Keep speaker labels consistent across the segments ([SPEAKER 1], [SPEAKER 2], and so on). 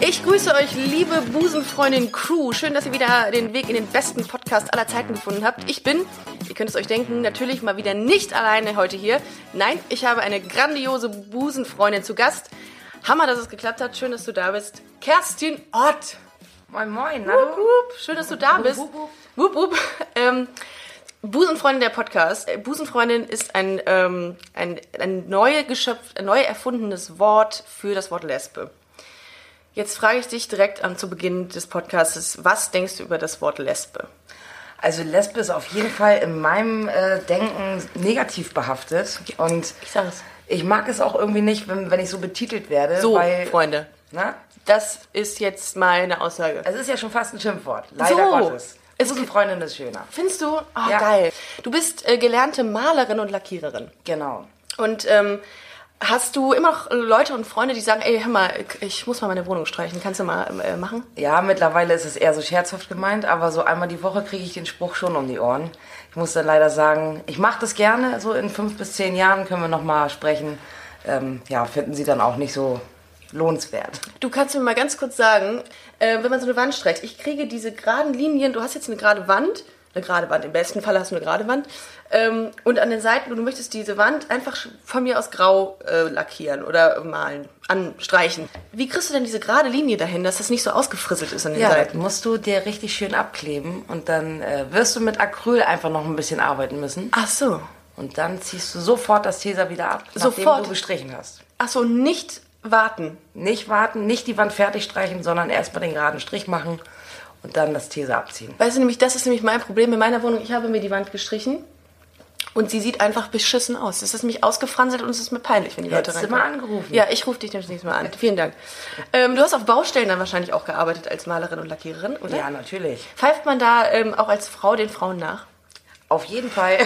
[SPEAKER 1] Ich grüße euch, liebe Busenfreundin Crew. Schön, dass ihr wieder den Weg in den besten Podcast aller Zeiten gefunden habt. Ich bin, ihr könnt es euch denken, natürlich mal wieder nicht alleine heute hier. Nein, ich habe eine grandiose Busenfreundin zu Gast. Hammer, dass es geklappt hat. Schön, dass du da bist. Kerstin Ott.
[SPEAKER 2] Moin Moin,
[SPEAKER 1] Wup,
[SPEAKER 2] hallo.
[SPEAKER 1] wup. Schön, dass du da bist.
[SPEAKER 2] wup, wup.
[SPEAKER 1] Wup, wup. Ähm, Busenfreundin der Podcast. Äh, Busenfreundin ist ein, ähm, ein, ein neu geschöpft, ein neu erfundenes Wort für das Wort Lesbe. Jetzt frage ich dich direkt am zu Beginn des Podcasts, was denkst du über das Wort Lesbe?
[SPEAKER 2] Also Lesbe ist auf jeden Fall in meinem äh, Denken negativ behaftet und
[SPEAKER 1] Ich sag es.
[SPEAKER 2] ich mag es auch irgendwie nicht, wenn, wenn ich so betitelt werde.
[SPEAKER 1] So,
[SPEAKER 2] weil,
[SPEAKER 1] Freunde,
[SPEAKER 2] Na,
[SPEAKER 1] das ist jetzt mal eine Aussage.
[SPEAKER 2] es ist ja schon fast ein Schimpfwort. Leider
[SPEAKER 1] So.
[SPEAKER 2] Gottes.
[SPEAKER 1] Es-
[SPEAKER 2] Busenfreundin ist schöner.
[SPEAKER 1] Findest du? Oh,
[SPEAKER 2] Ja.
[SPEAKER 1] geil. Du bist äh, gelernte Malerin und Lackiererin.
[SPEAKER 2] Genau.
[SPEAKER 1] Und ähm, hast du immer noch Leute und Freunde, die sagen, ey, hör mal, ich muss mal meine Wohnung streichen, kannst du mal äh, machen?
[SPEAKER 2] Ja, mittlerweile ist es eher so scherzhaft gemeint, aber so einmal die Woche kriege ich den Spruch schon um die Ohren. Ich muss dann leider sagen, ich mache das gerne. So in fünf bis zehn Jahren können wir nochmal sprechen. Ähm, ja, finden Sie dann auch nicht so lohnenswert.
[SPEAKER 1] Du kannst mir mal ganz kurz sagen, äh, wenn man so eine Wand streicht, ich kriege diese geraden Linien, du hast jetzt eine gerade Wand, eine gerade Wand, im besten Fall hast du eine gerade Wand, ähm, und an den Seiten, und du möchtest diese Wand einfach sch- von mir aus grau äh, lackieren oder malen, anstreichen. Wie kriegst du denn diese gerade Linie dahin, dass das nicht so ausgefrisselt ist an den
[SPEAKER 2] Ja, das
[SPEAKER 1] Seiten?
[SPEAKER 2] musst du dir richtig schön abkleben und dann äh, wirst du mit Acryl einfach noch ein bisschen arbeiten müssen.
[SPEAKER 1] Ach so.
[SPEAKER 2] Und dann ziehst du sofort das Tesa wieder ab, nachdem
[SPEAKER 1] Sofort?
[SPEAKER 2] du gestrichen hast.
[SPEAKER 1] Ach so, nicht warten.
[SPEAKER 2] Nicht warten, nicht die Wand fertig streichen, sondern erstmal den geraden Strich machen und dann das Tesa abziehen.
[SPEAKER 1] Weißt du nämlich, das ist nämlich mein Problem in meiner Wohnung. Ich habe mir die Wand gestrichen und sie sieht einfach beschissen aus. Es ist mich ausgefranselt und es ist mir peinlich, wenn die Leute
[SPEAKER 2] Hättest du
[SPEAKER 1] reinkommen.
[SPEAKER 2] mal angerufen.
[SPEAKER 1] Ja, ich rufe dich das nächste Mal an. Vielen Dank. Ähm, du hast auf Baustellen dann wahrscheinlich auch gearbeitet als Malerin und Lackiererin, oder?
[SPEAKER 2] Ja, natürlich.
[SPEAKER 1] Pfeift man da ähm, auch als Frau den Frauen nach?
[SPEAKER 2] Auf jeden Fall.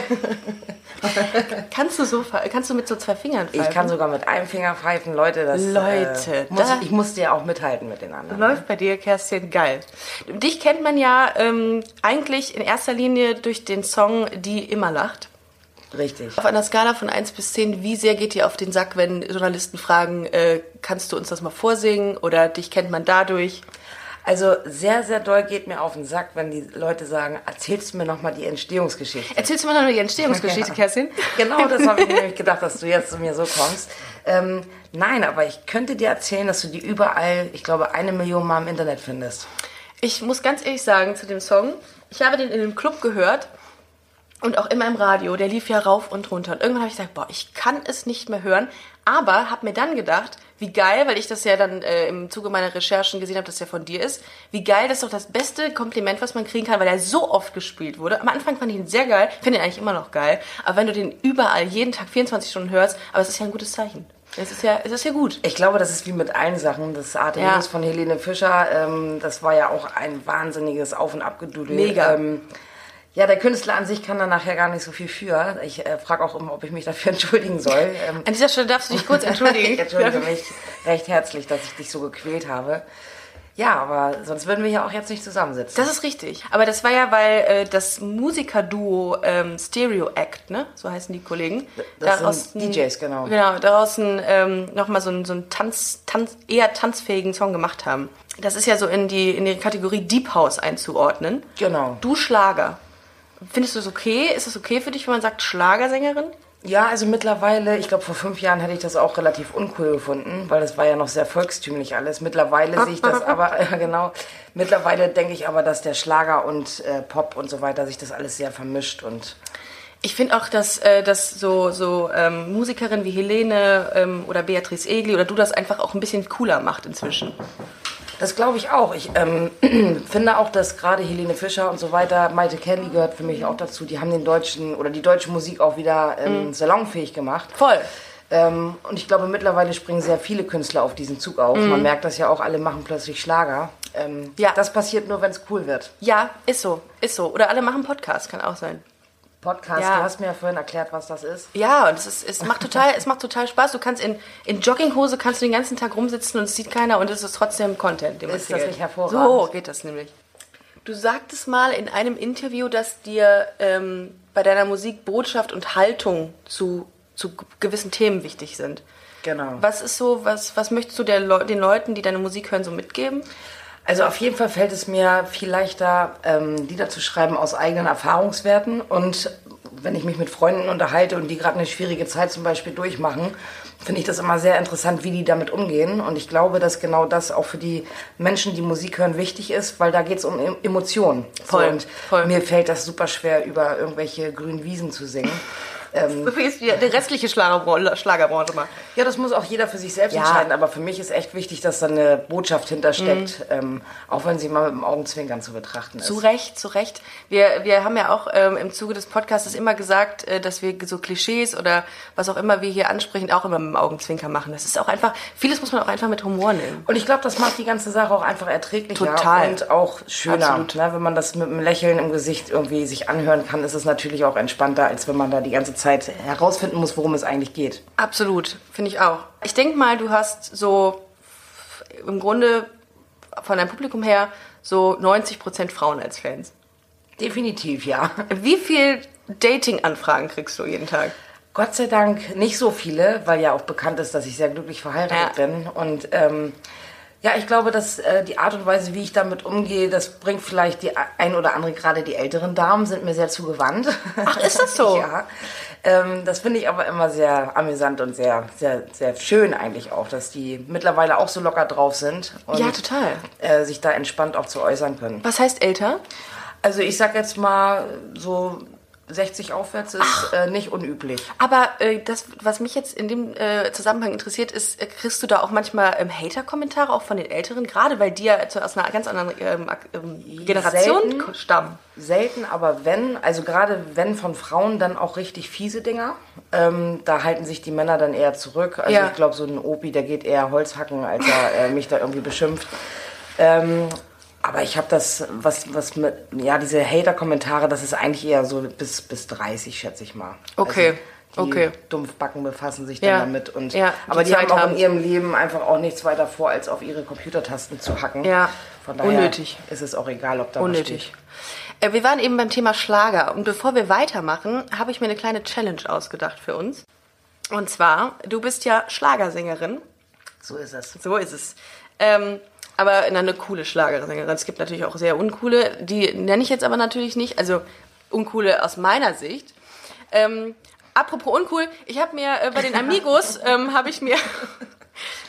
[SPEAKER 1] Kannst du so, pfe- kannst du mit so zwei Fingern pfeifen?
[SPEAKER 2] Ich kann sogar mit einem Finger pfeifen, Leute. Das,
[SPEAKER 1] Leute,
[SPEAKER 2] äh, muss,
[SPEAKER 1] da-
[SPEAKER 2] ich musste ja auch mithalten mit den anderen.
[SPEAKER 1] Läuft bei dir, Kerstin, geil. Dich kennt man ja ähm, eigentlich in erster Linie durch den Song Die immer lacht.
[SPEAKER 2] Richtig.
[SPEAKER 1] Auf einer Skala von 1 bis 10, wie sehr geht dir auf den Sack, wenn Journalisten fragen, äh, kannst du uns das mal vorsingen oder dich kennt man dadurch?
[SPEAKER 2] Also sehr, sehr doll geht mir auf den Sack, wenn die Leute sagen, erzählst du mir nochmal die Entstehungsgeschichte.
[SPEAKER 1] Erzählst du mir noch mal die Entstehungsgeschichte,
[SPEAKER 2] Ja.
[SPEAKER 1] Kerstin?
[SPEAKER 2] Genau, das habe ich mir nämlich gedacht, dass du jetzt zu mir so kommst. Ähm, nein, aber ich könnte dir erzählen, dass du die überall, ich glaube, eine Million Mal im Internet findest.
[SPEAKER 1] Ich muss ganz ehrlich sagen zu dem Song, ich habe den in einem Club gehört und auch immer im Radio, der lief ja rauf und runter. Und irgendwann habe ich gedacht, boah, ich kann es nicht mehr hören, aber habe mir dann gedacht, wie geil, weil ich das ja dann äh, im Zuge meiner Recherchen gesehen habe, dass der von dir ist, wie geil, das ist doch das beste Kompliment, was man kriegen kann, weil er so oft gespielt wurde. Am Anfang fand ich ihn sehr geil, finde ihn eigentlich immer noch geil, aber wenn du den überall, jeden Tag, 24 Stunden hörst, aber es ist ja ein gutes Zeichen. Es ist ja, es ist ja gut.
[SPEAKER 2] Ich glaube, das ist wie mit allen Sachen. Das Artemius
[SPEAKER 1] Ja.
[SPEAKER 2] von Helene Fischer, ähm, das war ja auch ein wahnsinniges Auf- und Abgedudel.
[SPEAKER 1] Mega.
[SPEAKER 2] Ähm, ja, der Künstler an sich kann da nachher gar nicht so viel für. Ich äh, frage auch immer, ob ich mich dafür entschuldigen soll. Ähm,
[SPEAKER 1] An dieser Stelle darfst du dich kurz entschuldigen.
[SPEAKER 2] ich entschuldige mich recht herzlich, dass ich dich so gequält habe. Ja, aber sonst würden wir ja auch jetzt nicht zusammensitzen.
[SPEAKER 1] Das ist richtig. Aber das war ja, weil äh, das Musikerduo ähm, Stereo Act, ne? So heißen die Kollegen.
[SPEAKER 2] Das sind DJs, genau.
[SPEAKER 1] Genau, daraus ein, ähm, nochmal so einen so einen Tanz, Tanz, eher tanzfähigen Song gemacht haben. Das ist ja so in die, in die Kategorie Deep House einzuordnen.
[SPEAKER 2] Genau.
[SPEAKER 1] Du Schlager. Findest du es okay? Ist es okay für dich, wenn man sagt Schlagersängerin?
[SPEAKER 2] Ja, also mittlerweile, ich glaube vor fünf Jahren hätte ich das auch relativ uncool gefunden, weil das war ja noch sehr volkstümlich alles. Mittlerweile sehe ich das aber, ja, genau, mittlerweile denke ich aber, dass der Schlager und äh, Pop und so weiter sich das alles sehr vermischt und
[SPEAKER 1] Ich finde auch, dass, äh, dass so, so ähm, Musikerinnen wie Helene ähm, oder Beatrice Egli oder du das einfach auch ein bisschen cooler macht inzwischen.
[SPEAKER 2] das glaube ich auch. Ich ähm, finde auch, dass gerade Helene Fischer und so weiter, Maite Kelly gehört für mich auch dazu, die haben den deutschen oder die deutsche Musik auch wieder ähm, salonfähig gemacht.
[SPEAKER 1] Voll.
[SPEAKER 2] Ähm, und ich glaube, mittlerweile springen sehr viele Künstler auf diesen Zug auf. Man merkt das ja auch, alle machen plötzlich Schlager. ähm,
[SPEAKER 1] Mhm. Ja.
[SPEAKER 2] das passiert nur, wenn es cool wird.
[SPEAKER 1] Ja, ist so, ist so. Oder alle machen Podcast, kann auch sein.
[SPEAKER 2] Podcast,
[SPEAKER 1] Ja.
[SPEAKER 2] du hast mir ja vorhin erklärt, was das ist.
[SPEAKER 1] Ja, und es, ist, es macht total, es macht total Spaß. Du kannst in, in Jogginghose kannst du den ganzen Tag rumsitzen und es sieht keiner und es ist trotzdem Content, den man
[SPEAKER 2] Ist das
[SPEAKER 1] zählt.
[SPEAKER 2] nicht hervorragend?
[SPEAKER 1] So geht das nämlich. Du sagtest mal in einem Interview, dass dir ähm, bei deiner Musik Botschaft und Haltung zu, zu gewissen Themen wichtig sind.
[SPEAKER 2] Genau.
[SPEAKER 1] Was ist so, was, was möchtest du der Leu den Leuten, die deine Musik hören, so mitgeben?
[SPEAKER 2] Also auf jeden Fall fällt es mir viel leichter, ähm, Lieder zu schreiben aus eigenen Erfahrungswerten. Und wenn ich mich mit Freunden unterhalte und die gerade eine schwierige Zeit zum Beispiel durchmachen, finde ich das immer sehr interessant, wie die damit umgehen. Und ich glaube, dass genau das auch für die Menschen, die Musik hören, wichtig ist, weil da geht es um Em- Emotionen.
[SPEAKER 1] Voll,
[SPEAKER 2] so, und
[SPEAKER 1] voll.
[SPEAKER 2] mir fällt das super schwer, über irgendwelche grünen Wiesen zu singen.
[SPEAKER 1] Du vergisst die, die restliche Schlagerbranche, Schlagerbranche mal.
[SPEAKER 2] Ja, das muss auch jeder für sich selbst
[SPEAKER 1] Ja.
[SPEAKER 2] entscheiden. Aber für mich ist echt wichtig, dass da eine Botschaft hintersteckt, ähm, auch wenn sie mal mit dem Augenzwinkern zu betrachten ist.
[SPEAKER 1] Mhm. Zu Recht, zu Recht. Wir, wir haben ja auch ähm, im Zuge des Podcasts immer gesagt, äh, dass wir so Klischees oder was auch immer wir hier ansprechen, auch immer mit dem Augenzwinker machen. Das ist auch einfach, vieles muss man auch einfach mit Humor nehmen.
[SPEAKER 2] Und ich glaube, das macht die ganze Sache auch einfach erträglicher
[SPEAKER 1] Total.
[SPEAKER 2] und auch schöner.
[SPEAKER 1] Absolut.
[SPEAKER 2] Ne? Wenn man das mit einem Lächeln im Gesicht irgendwie sich anhören kann, ist es natürlich auch entspannter, als wenn man da die ganze Zeit herausfinden muss, worum es eigentlich geht.
[SPEAKER 1] Absolut, finde ich auch. Ich denke mal, du hast so im Grunde von deinem Publikum her so 90% Frauen als Fans.
[SPEAKER 2] Definitiv, ja.
[SPEAKER 1] Wie viel Dating-Anfragen kriegst du jeden Tag?
[SPEAKER 2] Gott sei Dank nicht so viele, weil ja auch bekannt ist, dass ich sehr glücklich verheiratet
[SPEAKER 1] Ja.
[SPEAKER 2] bin. Und ähm, ja, ich glaube, dass äh, die Art und Weise, wie ich damit umgehe, das bringt vielleicht die ein oder andere, gerade die älteren Damen, sind mir sehr zugewandt.
[SPEAKER 1] Ach, ist das so?
[SPEAKER 2] ja. Ähm, das finde ich aber immer sehr amüsant und sehr, sehr, sehr schön eigentlich auch, dass die mittlerweile auch so locker drauf sind und
[SPEAKER 1] Ja, total.
[SPEAKER 2] äh, sich da entspannt auch zu äußern können.
[SPEAKER 1] Was heißt älter?
[SPEAKER 2] Also ich sag jetzt mal so 60 aufwärts ist äh, nicht unüblich.
[SPEAKER 1] Aber äh, das, was mich jetzt in dem äh, Zusammenhang interessiert, ist, äh, kriegst du da auch manchmal ähm, Hater-Kommentare auch von den Älteren, gerade weil die ja zu, aus einer ganz anderen ähm, ak- ähm, Generation
[SPEAKER 2] Selten.
[SPEAKER 1] ko- stammen.
[SPEAKER 2] Selten, aber wenn, also gerade wenn von Frauen dann auch richtig fiese Dinger, ähm, da halten sich die Männer dann eher zurück. Also
[SPEAKER 1] Ja.
[SPEAKER 2] ich glaube, so ein Opi, der geht eher Holz hacken, als er äh, mich da irgendwie beschimpft. Ähm, aber ich habe das, was, was mit, ja, diese Hater-Kommentare, das ist eigentlich eher so bis, bis 30, schätze ich mal. Also
[SPEAKER 1] Okay,
[SPEAKER 2] die
[SPEAKER 1] okay.
[SPEAKER 2] Dumpfbacken befassen sich
[SPEAKER 1] Ja,
[SPEAKER 2] dann damit. Und,
[SPEAKER 1] ja,
[SPEAKER 2] aber
[SPEAKER 1] die
[SPEAKER 2] die haben
[SPEAKER 1] Zeit
[SPEAKER 2] auch
[SPEAKER 1] haben
[SPEAKER 2] in
[SPEAKER 1] sie.
[SPEAKER 2] ihrem Leben einfach auch nichts weiter vor, als auf ihre Computertasten zu hacken.
[SPEAKER 1] Ja,
[SPEAKER 2] Von daher
[SPEAKER 1] unnötig.
[SPEAKER 2] ist es auch egal, ob da was steht.
[SPEAKER 1] Unnötig. Äh, wir waren eben beim Thema Schlager und bevor wir weitermachen, habe ich mir eine kleine Challenge ausgedacht für uns. Und zwar, du bist ja Schlagersängerin.
[SPEAKER 2] So ist es.
[SPEAKER 1] So ist es. Ähm, aber na, eine coole Schlagersängerin. Es gibt natürlich auch sehr uncoole. Die nenne ich jetzt aber natürlich nicht. Also uncoole aus meiner Sicht. Ähm, apropos uncool, ich habe mir äh, bei den Amigos ähm, habe ich mir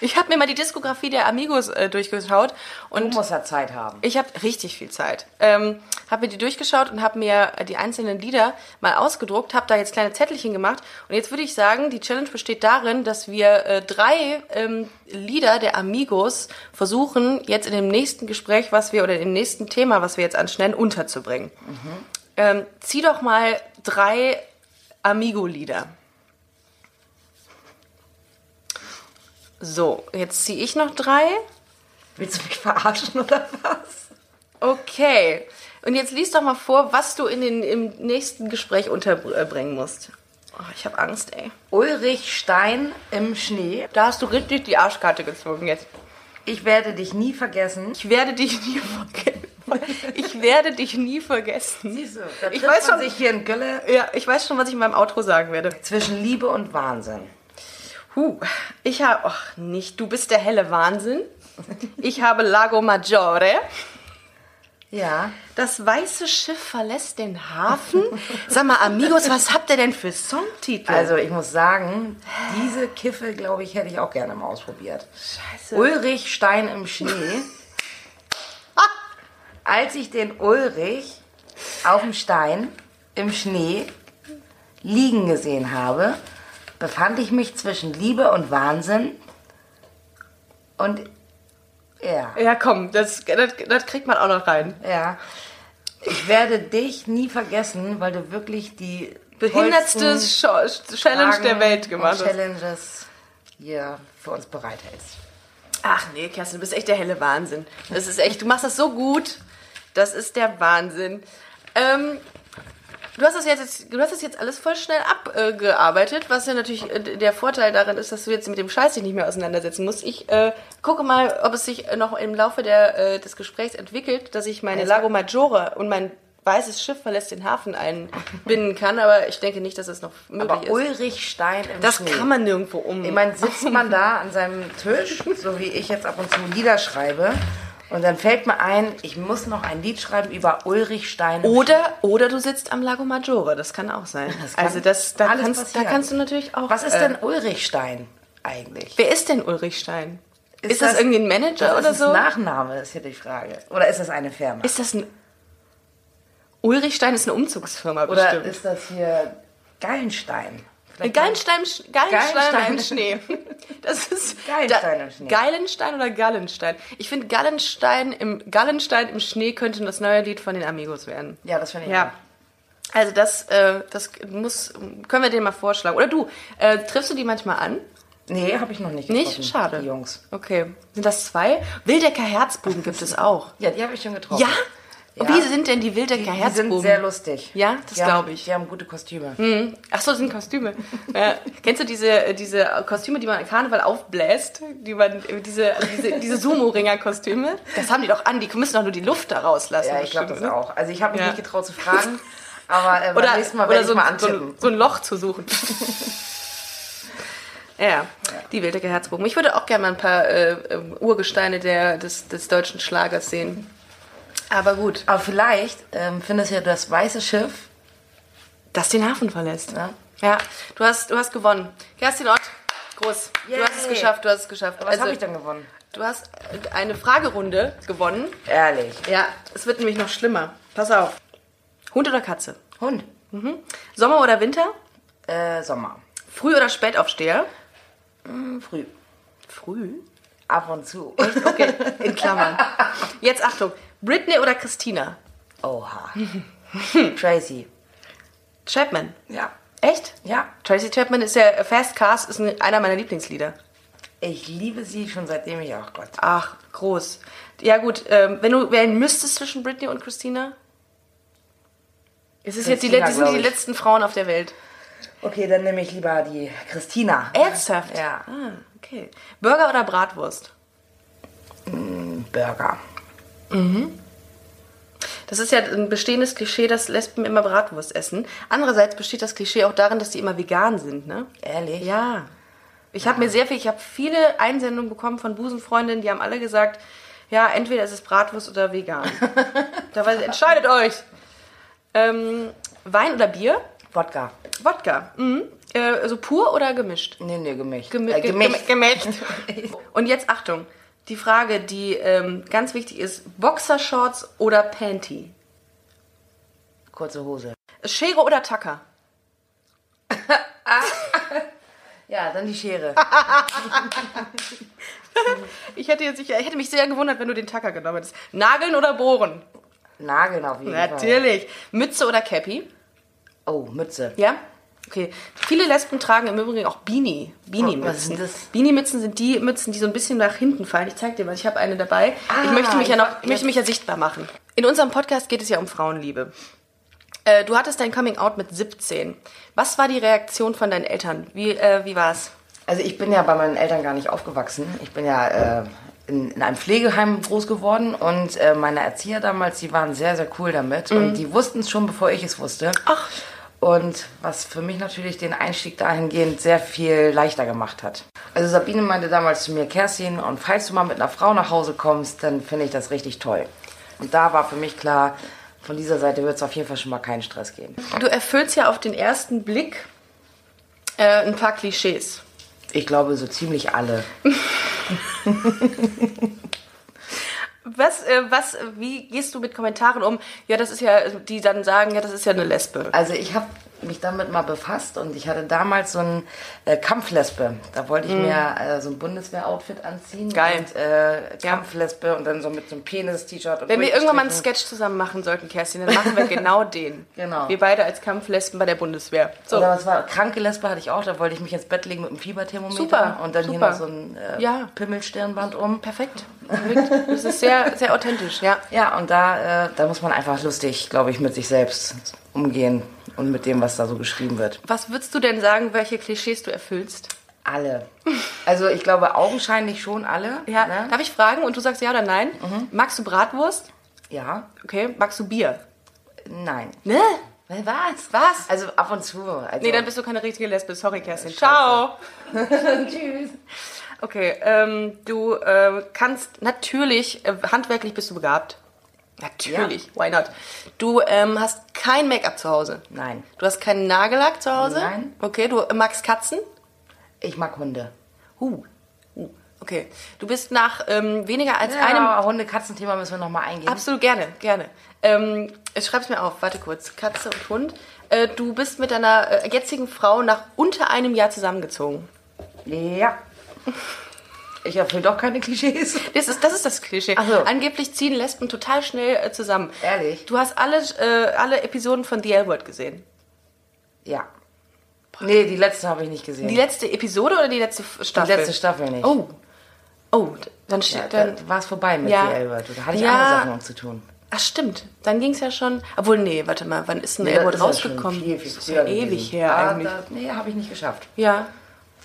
[SPEAKER 1] ich habe mir mal die Diskografie der Amigos äh, durchgeschaut
[SPEAKER 2] Du
[SPEAKER 1] und
[SPEAKER 2] musst ja Zeit haben.
[SPEAKER 1] ich habe richtig viel Zeit. Ähm, habe mir die durchgeschaut und habe mir äh, die einzelnen Lieder mal ausgedruckt, habe da jetzt kleine Zettelchen gemacht. Und jetzt würde ich sagen, die Challenge besteht darin, dass wir äh, drei ähm, Lieder der Amigos versuchen, jetzt in dem nächsten Gespräch, was wir oder in dem nächsten Thema, was wir jetzt anschneiden, unterzubringen. Ähm, zieh doch mal drei Amigo-Lieder. So, jetzt ziehe ich noch drei.
[SPEAKER 2] Willst du mich verarschen oder was?
[SPEAKER 1] Okay. Und jetzt lies doch mal vor, was du in den, im nächsten Gespräch unterbringen musst. Oh, ich habe Angst, ey.
[SPEAKER 2] Ulrich Stein im Schnee.
[SPEAKER 1] Da hast du richtig die Arschkarte gezogen jetzt.
[SPEAKER 2] Ich werde dich nie vergessen.
[SPEAKER 1] Ich werde dich nie vergessen. Ich werde dich nie vergessen.
[SPEAKER 2] Siehst du, da
[SPEAKER 1] Ich
[SPEAKER 2] ich
[SPEAKER 1] weiß
[SPEAKER 2] weiß man
[SPEAKER 1] schon-
[SPEAKER 2] sich hier in Gölle
[SPEAKER 1] Ja, ich weiß schon, was ich in meinem Outro sagen werde.
[SPEAKER 2] zwischen Liebe und Wahnsinn.
[SPEAKER 1] Huh, ich habe... Ach, nicht. Du bist der helle Wahnsinn. Ich habe Lago Maggiore.
[SPEAKER 2] Ja.
[SPEAKER 1] Das weiße Schiff verlässt den Hafen. Sag mal, Amigos, was habt ihr denn für Songtitel?
[SPEAKER 2] Also ich muss sagen, diese Kiffe, glaube ich, hätte ich auch gerne mal ausprobiert.
[SPEAKER 1] Scheiße.
[SPEAKER 2] Ulrich Stein im Schnee. Als ich den Ulrich auf dem Stein im Schnee liegen gesehen habe, befand ich mich zwischen Liebe und Wahnsinn und ja,
[SPEAKER 1] Ja, komm, das, das, das kriegt man auch noch rein.
[SPEAKER 2] ja. Ich werde dich nie vergessen, weil du wirklich die
[SPEAKER 1] Behindertste Scho-
[SPEAKER 2] tollsten
[SPEAKER 1] Challenge
[SPEAKER 2] Fragen
[SPEAKER 1] der Welt
[SPEAKER 2] und
[SPEAKER 1] gemacht hast.
[SPEAKER 2] Challenges hier für uns bereithältst.
[SPEAKER 1] Ach nee, Kerstin, du bist echt der helle Wahnsinn. Das ist echt, du machst das so gut. Das ist der Wahnsinn. Ähm, du hast das jetzt, du hast das jetzt alles voll schnell abgearbeitet, was ja natürlich äh, der Vorteil darin ist, dass du jetzt mit dem Scheiß dich nicht mehr auseinandersetzen musst. Ich äh, gucke mal, ob es sich noch im Laufe der, äh, des Gesprächs entwickelt, dass ich meine Lago Maggiore und mein weißes Schiff verlässt den Hafen einbinden kann, aber ich denke nicht, dass es noch möglich
[SPEAKER 2] Aber
[SPEAKER 1] ist.
[SPEAKER 2] Ulrich Stein im
[SPEAKER 1] das
[SPEAKER 2] Schnee.
[SPEAKER 1] kann man nirgendwo um.
[SPEAKER 2] Ich meine, sitzt man da an seinem Tisch, so wie ich jetzt ab und zu Lieder schreibe, und dann fällt mir ein, ich muss noch ein Lied schreiben über Ulrich Stein. im
[SPEAKER 1] Oder, oder du sitzt am Lago Maggiore, das kann auch sein.
[SPEAKER 2] kann
[SPEAKER 1] also das, da,
[SPEAKER 2] alles
[SPEAKER 1] kannst, da
[SPEAKER 2] passieren.
[SPEAKER 1] kannst du natürlich auch.
[SPEAKER 2] Was ist
[SPEAKER 1] äh,
[SPEAKER 2] denn Ulrich Stein eigentlich?
[SPEAKER 1] Wer ist denn Ulrich Stein? Ist, das, irgendwie ein Manager
[SPEAKER 2] das
[SPEAKER 1] oder
[SPEAKER 2] ist
[SPEAKER 1] so?
[SPEAKER 2] Ein Nachname ist hier die Frage. Oder ist das eine Firma?
[SPEAKER 1] Ist das ein Ulrich Stein ist eine Umzugsfirma
[SPEAKER 2] oder
[SPEAKER 1] bestimmt.
[SPEAKER 2] ist das hier Gallenstein?
[SPEAKER 1] Ein Geilenstein, Geilenstein im
[SPEAKER 2] Geilenstein.
[SPEAKER 1] Schnee. Das ist
[SPEAKER 2] Geilenstein im Schnee.
[SPEAKER 1] Geilenstein oder Gallenstein. Ich finde Gallenstein im Gallenstein im Schnee könnte das neue Lied von den Amigos werden.
[SPEAKER 2] Ja, das finde ich.
[SPEAKER 1] Ja. Also das, äh, das muss, können wir denen mal vorschlagen. Oder du, äh, triffst du die manchmal an?
[SPEAKER 2] Nee, habe ich noch nicht
[SPEAKER 1] Nicht?
[SPEAKER 2] getroffen,
[SPEAKER 1] Schade.
[SPEAKER 2] Die Jungs.
[SPEAKER 1] Okay. Sind das zwei? Wildecker Herzbuben gibt es auch.
[SPEAKER 2] Ja, die habe ich schon getroffen.
[SPEAKER 1] Ja?
[SPEAKER 2] Ja.
[SPEAKER 1] Wie sind denn die Wildecker
[SPEAKER 2] Die
[SPEAKER 1] Herzbuben?
[SPEAKER 2] sind sehr lustig.
[SPEAKER 1] Ja, das
[SPEAKER 2] Die haben-
[SPEAKER 1] glaube ich. Hm.
[SPEAKER 2] Die haben gute Kostüme.
[SPEAKER 1] Ach so, das sind Kostüme. äh, kennst du diese, diese Kostüme, die man an Karneval aufbläst? Die man, diese diese, diese Sumo-Ringer-Kostüme? Das haben die doch an, die müssen doch nur die Luft da rauslassen.
[SPEAKER 2] Ja, ich glaube das
[SPEAKER 1] bestimmt, ne?
[SPEAKER 2] auch. Also ich habe mich
[SPEAKER 1] Ja.
[SPEAKER 2] nicht getraut zu fragen, aber äh, beim
[SPEAKER 1] Oder,
[SPEAKER 2] nächsten Mal
[SPEAKER 1] oder
[SPEAKER 2] werde
[SPEAKER 1] so,
[SPEAKER 2] ich mal
[SPEAKER 1] ein- so, ein-
[SPEAKER 2] antippen.
[SPEAKER 1] so ein Loch zu suchen. ja, die Wildecker Herzbogen. Ich würde auch gerne mal ein paar äh, ähm, Urgesteine der, des, des deutschen Schlagers sehen. Aber gut,
[SPEAKER 2] Aber vielleicht ähm, findest du ja das weiße Schiff.
[SPEAKER 1] dass den Hafen verlässt.
[SPEAKER 2] Ja.
[SPEAKER 1] Ja, du hast, du hast gewonnen. Kerstin Ott, groß.
[SPEAKER 2] Yay.
[SPEAKER 1] Du hast es geschafft, du hast es geschafft. Also,
[SPEAKER 2] Was habe ich denn gewonnen?
[SPEAKER 1] Du hast äh, eine Fragerunde gewonnen.
[SPEAKER 2] Ehrlich.
[SPEAKER 1] Ja, es wird nämlich noch schlimmer. Pass auf. Hund oder Katze?
[SPEAKER 2] Hund.
[SPEAKER 1] Sommer oder Winter?
[SPEAKER 2] Äh, Sommer.
[SPEAKER 1] Früh oder Spätaufsteher?
[SPEAKER 2] Hm, Früh.
[SPEAKER 1] Früh?
[SPEAKER 2] Ab und zu.
[SPEAKER 1] Okay, in Klammern. Jetzt Achtung. Britney oder Christina?
[SPEAKER 2] Oha. Tracy.
[SPEAKER 1] Chapman.
[SPEAKER 2] Ja.
[SPEAKER 1] Echt?
[SPEAKER 2] Ja.
[SPEAKER 1] Tracy Chapman ist ja äh, Fast Cars, ist ein- einer meiner Lieblingslieder.
[SPEAKER 2] Ich liebe sie schon seitdem ich auch Gott.
[SPEAKER 1] Ach, groß. Ja gut, ähm, wenn du wählen müsstest zwischen Britney und Christina? Es ist jetzt die, le-
[SPEAKER 2] Christina,
[SPEAKER 1] die sind
[SPEAKER 2] glaub
[SPEAKER 1] die
[SPEAKER 2] ich.
[SPEAKER 1] letzten Frauen auf der Welt.
[SPEAKER 2] Okay, dann nehme ich lieber die Christina.
[SPEAKER 1] Äh. Ernsthaft?
[SPEAKER 2] Ja.
[SPEAKER 1] Ah, okay. Burger oder Bratwurst?
[SPEAKER 2] Burger.
[SPEAKER 1] Das ist ja ein bestehendes Klischee, dass Lesben immer Bratwurst essen. Andererseits besteht das Klischee auch darin, dass die immer vegan sind, ne?
[SPEAKER 2] Ehrlich?
[SPEAKER 1] Ja. Ich habe mir sehr viel, ich habe viele Einsendungen bekommen von Busenfreundinnen, die haben alle gesagt, ja, entweder ist es Bratwurst oder vegan. da weiß ich, entscheidet euch. Ähm, Wein oder Bier?
[SPEAKER 2] Wodka.
[SPEAKER 1] Wodka. Mhm. Äh, also pur oder gemischt?
[SPEAKER 2] Nee, nee, gemischt.
[SPEAKER 1] Gemi
[SPEAKER 2] äh,
[SPEAKER 1] ge-
[SPEAKER 2] gemischt.
[SPEAKER 1] gemischt. Und jetzt Achtung, die Frage, die ähm, ganz wichtig ist: Boxershorts oder Panty?
[SPEAKER 2] Kurze Hose.
[SPEAKER 1] Schere oder Tacker?
[SPEAKER 2] Ja, dann die Schere.
[SPEAKER 1] Ich hätte, jetzt, ich hätte mich sehr gewundert, wenn du den Tacker genommen hättest. Nageln oder Bohren?
[SPEAKER 2] Nageln auf jeden Fall.
[SPEAKER 1] Natürlich. Mütze oder Cappy?
[SPEAKER 2] Oh, Mütze.
[SPEAKER 1] Ja? Okay. Viele Lesben tragen im Übrigen auch Beanie. Beanie-Mützen.
[SPEAKER 2] Oh, was sind das?
[SPEAKER 1] Beanie-Mützen sind die Mützen, die so ein bisschen nach hinten fallen. Ich zeig dir mal, ich habe eine dabei. ich
[SPEAKER 2] Ah,
[SPEAKER 1] möchte mich ja
[SPEAKER 2] ich
[SPEAKER 1] noch,
[SPEAKER 2] hab-
[SPEAKER 1] ich möchte mich ja sichtbar machen. In unserem Podcast geht es ja um Frauenliebe. Äh, du hattest dein Coming-out mit 17. Was war die Reaktion von deinen Eltern? Wie, äh, wie war's?
[SPEAKER 2] Also ich bin ja bei meinen Eltern gar nicht aufgewachsen. Ich bin ja äh, in, in einem Pflegeheim groß geworden und äh, meine Erzieher damals, die waren sehr, sehr cool damit und die wussten es schon, bevor ich es wusste.
[SPEAKER 1] Mhm. Ach.
[SPEAKER 2] Und was für mich natürlich den Einstieg dahingehend sehr viel leichter gemacht hat. Also Sabine meinte damals zu mir, Kerstin, und falls du mal mit einer Frau nach Hause kommst, dann finde ich das richtig toll. Und da war für mich klar, von dieser Seite wird es auf jeden Fall schon mal keinen Stress geben.
[SPEAKER 1] Du erfüllst ja auf den ersten Blick äh, ein paar Klischees.
[SPEAKER 2] Ich glaube, so ziemlich alle.
[SPEAKER 1] was, äh, was, wie gehst du mit Kommentaren um? Ja, das ist ja, die dann sagen, ja, das ist ja eine Lesbe.
[SPEAKER 2] Also ich habe mich damit mal befasst und ich hatte damals so ein äh, Kampflesbe. Da wollte ich mir äh, so ein Bundeswehr-Outfit anziehen.
[SPEAKER 1] Mm. Geil.
[SPEAKER 2] Und, äh, Kampflesbe und dann so mit so einem Penis-T-Shirt. und
[SPEAKER 1] Wenn wir irgendwann mal einen
[SPEAKER 2] durchgestrichen.
[SPEAKER 1] Sketch zusammen machen sollten, Kerstin, dann machen wir genau den.
[SPEAKER 2] Genau.
[SPEAKER 1] Wir beide als Kampflesben bei der Bundeswehr. So.
[SPEAKER 2] Oder was war, kranke Lesbe hatte ich auch, da wollte ich mich ins Bett legen mit einem Fieberthermometer.
[SPEAKER 1] Super,
[SPEAKER 2] Und dann hier
[SPEAKER 1] super.
[SPEAKER 2] noch so ein äh,
[SPEAKER 1] Ja.
[SPEAKER 2] Pimmelstirnband um.
[SPEAKER 1] Perfekt. Perfekt. Das ist sehr, sehr authentisch, ja.
[SPEAKER 2] Ja, und da, äh, da muss man einfach lustig, glaube ich, mit sich selbst umgehen und mit dem, was da so geschrieben wird.
[SPEAKER 1] Was würdest du denn sagen, welche Klischees du erfüllst?
[SPEAKER 2] Alle. Also ich glaube augenscheinlich schon alle.
[SPEAKER 1] Ja.
[SPEAKER 2] Ne? Mhm.
[SPEAKER 1] Darf ich fragen und du sagst ja oder nein? Magst du Bratwurst?
[SPEAKER 2] Ja.
[SPEAKER 1] Okay. Magst du Bier?
[SPEAKER 2] Nein.
[SPEAKER 1] Ne?
[SPEAKER 2] Was?
[SPEAKER 1] Was?
[SPEAKER 2] Also ab und zu. Also,
[SPEAKER 1] Nee, dann bist du keine richtige Lesbe. Sorry, Kerstin. Ciao.
[SPEAKER 2] Tschüss.
[SPEAKER 1] Okay, ähm, du ähm, kannst natürlich, äh, handwerklich bist du begabt. Natürlich, why not? Du ähm, hast kein Make-up zu Hause.
[SPEAKER 2] Nein.
[SPEAKER 1] Du hast keinen Nagellack zu Hause?
[SPEAKER 2] Nein.
[SPEAKER 1] Okay, du äh, magst Katzen?
[SPEAKER 2] Ich mag Hunde.
[SPEAKER 1] Huh. Uh. Okay. Du bist nach ähm, weniger als
[SPEAKER 2] Ja,
[SPEAKER 1] einem.
[SPEAKER 2] einem Hunde-Katzen-Thema müssen wir nochmal eingehen.
[SPEAKER 1] Absolut gerne, gerne. Ähm, ich schreib's mir auf, warte kurz. Katze und Hund. Äh, du bist mit deiner äh, jetzigen Frau nach unter einem Jahr zusammengezogen.
[SPEAKER 2] ja. Ich erfülle doch keine Klischees.
[SPEAKER 1] Das ist das, ist das Klischee.
[SPEAKER 2] Ach so.
[SPEAKER 1] Angeblich ziehen Lesben total schnell äh, zusammen.
[SPEAKER 2] Ehrlich?
[SPEAKER 1] Du hast alle, äh, alle Episoden von The L-Word gesehen.
[SPEAKER 2] Ja. Nee, die letzte habe ich nicht gesehen.
[SPEAKER 1] Die letzte Episode oder die letzte F-
[SPEAKER 2] Die
[SPEAKER 1] Staffel?
[SPEAKER 2] letzte Staffel nicht.
[SPEAKER 1] Oh. Oh, d- dann
[SPEAKER 2] ja,
[SPEAKER 1] steht dann.
[SPEAKER 2] dann war es vorbei mit
[SPEAKER 1] Ja.
[SPEAKER 2] dir, Albert. Da hatte ich
[SPEAKER 1] Ja.
[SPEAKER 2] andere Sachen noch zu tun.
[SPEAKER 1] Ach, stimmt. Dann ging's ja schon. Obwohl, nee, warte mal, wann ist denn
[SPEAKER 2] Nee,
[SPEAKER 1] The L-Word
[SPEAKER 2] das ist ja schon
[SPEAKER 1] rausgekommen?
[SPEAKER 2] viel, viel
[SPEAKER 1] das ist
[SPEAKER 2] früher
[SPEAKER 1] ja ewig
[SPEAKER 2] gewesen.
[SPEAKER 1] her
[SPEAKER 2] Ah,
[SPEAKER 1] eigentlich.
[SPEAKER 2] Da, nee, habe ich nicht geschafft.
[SPEAKER 1] Ja.